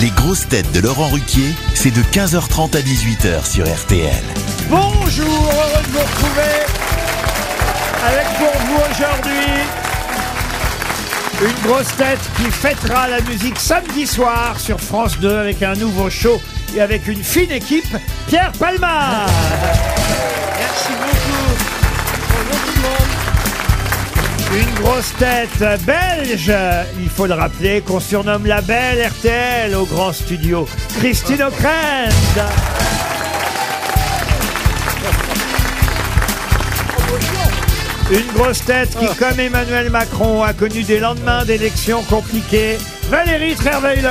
Les grosses têtes de Laurent Ruquier, c'est de 15h30 à 18h sur RTL. Bonjour, heureux de vous retrouver avec pour vous aujourd'hui une grosse tête qui fêtera la musique samedi soir sur France 2 avec un nouveau show et avec une fine équipe, Pierre Palma. Merci beaucoup. Bonjour tout le monde. Une grosse tête belge, il faut le rappeler, qu'on surnomme la belle RTL au grand studio, Christine O'Krent. Une grosse tête qui, comme Emmanuel Macron, a connu des lendemains d'élections compliqués, Valérie Trierweiler.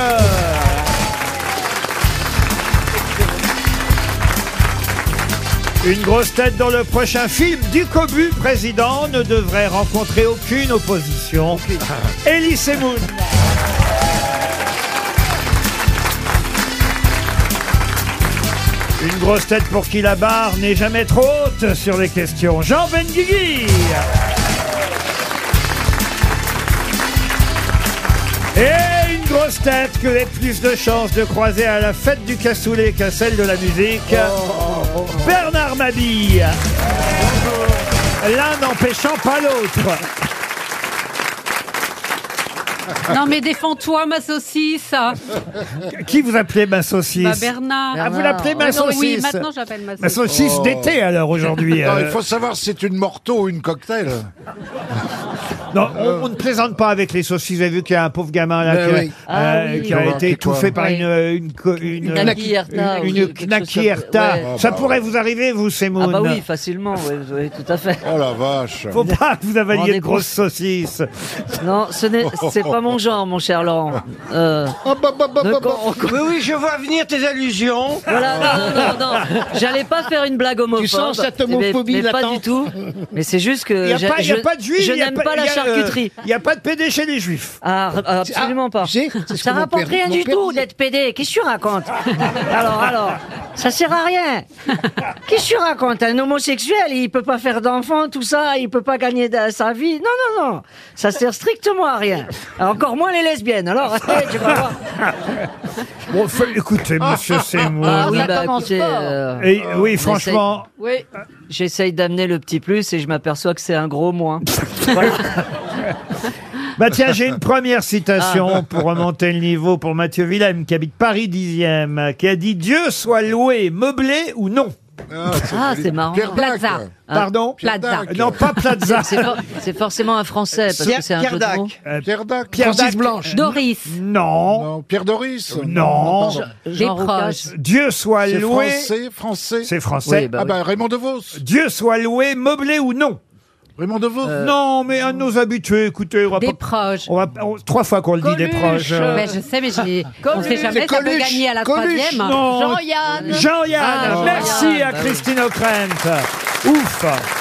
Une grosse tête dans le prochain film du Cobu président ne devrait rencontrer aucune opposition. Elie Semoun. Une grosse tête pour qui la barre n'est jamais trop haute sur les questions. Jean Benguigui. Et une grosse tête que j'ai plus de chances de croiser à la fête du cassoulet qu'à celle de la musique. Bernard Mabille. L'un n'empêchant pas l'autre. Non mais défends-toi ma saucisse Ah, Qui vous appelez ma saucisse Bah Bernard Ah, vous l'appelez ma Ah non, Oui saucisse maintenant j'appelle ma Ma saucisse saucisse d'été alors aujourd'hui. Non, euh. il faut savoir si c'est une morteau ou une cocktail. Non, on, on ne plaisante pas avec les saucisses. Vous avez vu qu'il y a un pauvre gamin là Ah. qui, Ben a- euh, oui. Ah oui. qui a Voilà, été c'est quoi, étouffé par oui. une euh, une co- une Une knacki Hertha une- ou une quelque chose comme- knacki Hertha. ouais. Ça pourrait vous arriver vous, Semoun. Ah bah oui, facilement, oui, oui, tout à fait. Oh la vache. Faut pas que vous avaliez Rendez de grosses Euh, saucisses. Non, ce n'est, c'est pas mon genre, mon cher Laurent. Euh, Ah, bah, bah, bah, ne bah, bah. con- on- Oui, oui, je vois venir tes allusions. voilà, non, non, non, non. J'allais pas faire une blague homophobe. Tu sens cette mais- homophobie mais, pas latente. du tout. Mais c'est juste que Il n'y a, j'a- pas- il y je, a pas de juifs. je il y a n'aime pas, pas, la il y a, euh, charcuterie. Il n'y a, pas de PD chez les juifs. Ah, r- ah, absolument pas. tu sais, c'est ce ça que mon rapporte père- rien mon du père tout disait. d'être PD. Qu'est-ce que tu racontes Alors, alors, ça sert à rien. Qu'est-ce que tu racontes Un homosexuel, il peut pas faire d'enfant, tout ça, il peut pas gagner de- sa vie. Non, non, non, ça sert strictement à rien. Encore moins les lesbiennes. Alors, tu vas voir. Ah, Bon, fait- écoutez, monsieur Ah Seymour. oui, ça bah, commence écoutez, fort. euh, Et, oui, on franchement, essaye- J'essaye d'amener le petit plus et je m'aperçois que c'est un gros moins. Voilà. Bah tiens, j'ai une première citation Ah. pour remonter le niveau pour Mathieu Willem, qui habite Paris 10e, qui a dit Dieu soit loué, meublé ou non. Ah, Ah, c'est marrant. Pierre Dac. Plaza. Pardon Pierre Plaza. Dac. Non, pas Plaza. C'est for- c'est forcément un français parce que c'est un jeu de mots. Pierre Dac. Pierre Dac. Blanche. Doris Non. Non, Pierre Doris. Ah, Non. pardon. Jean Des Roucas. proches. Dieu soit C'est loué. français, français. C'est français. Oui, bah ah bah Raymond DeVos. Dieu soit loué, meublé ou non. Raymond DeVos. Non, mais un de nos habitués, écoutez, on va Des pas- proches on va- on- trois fois qu'on le dit des proches. euh. Mais je sais, mais j'ai- on C'est sait jamais, ça peut Coluche. gagner à la Coluche, troisième. non. Jean-Yann Jean-Yann, Ah, merci Jean-Yann. à Christine O'Krent. Ouf.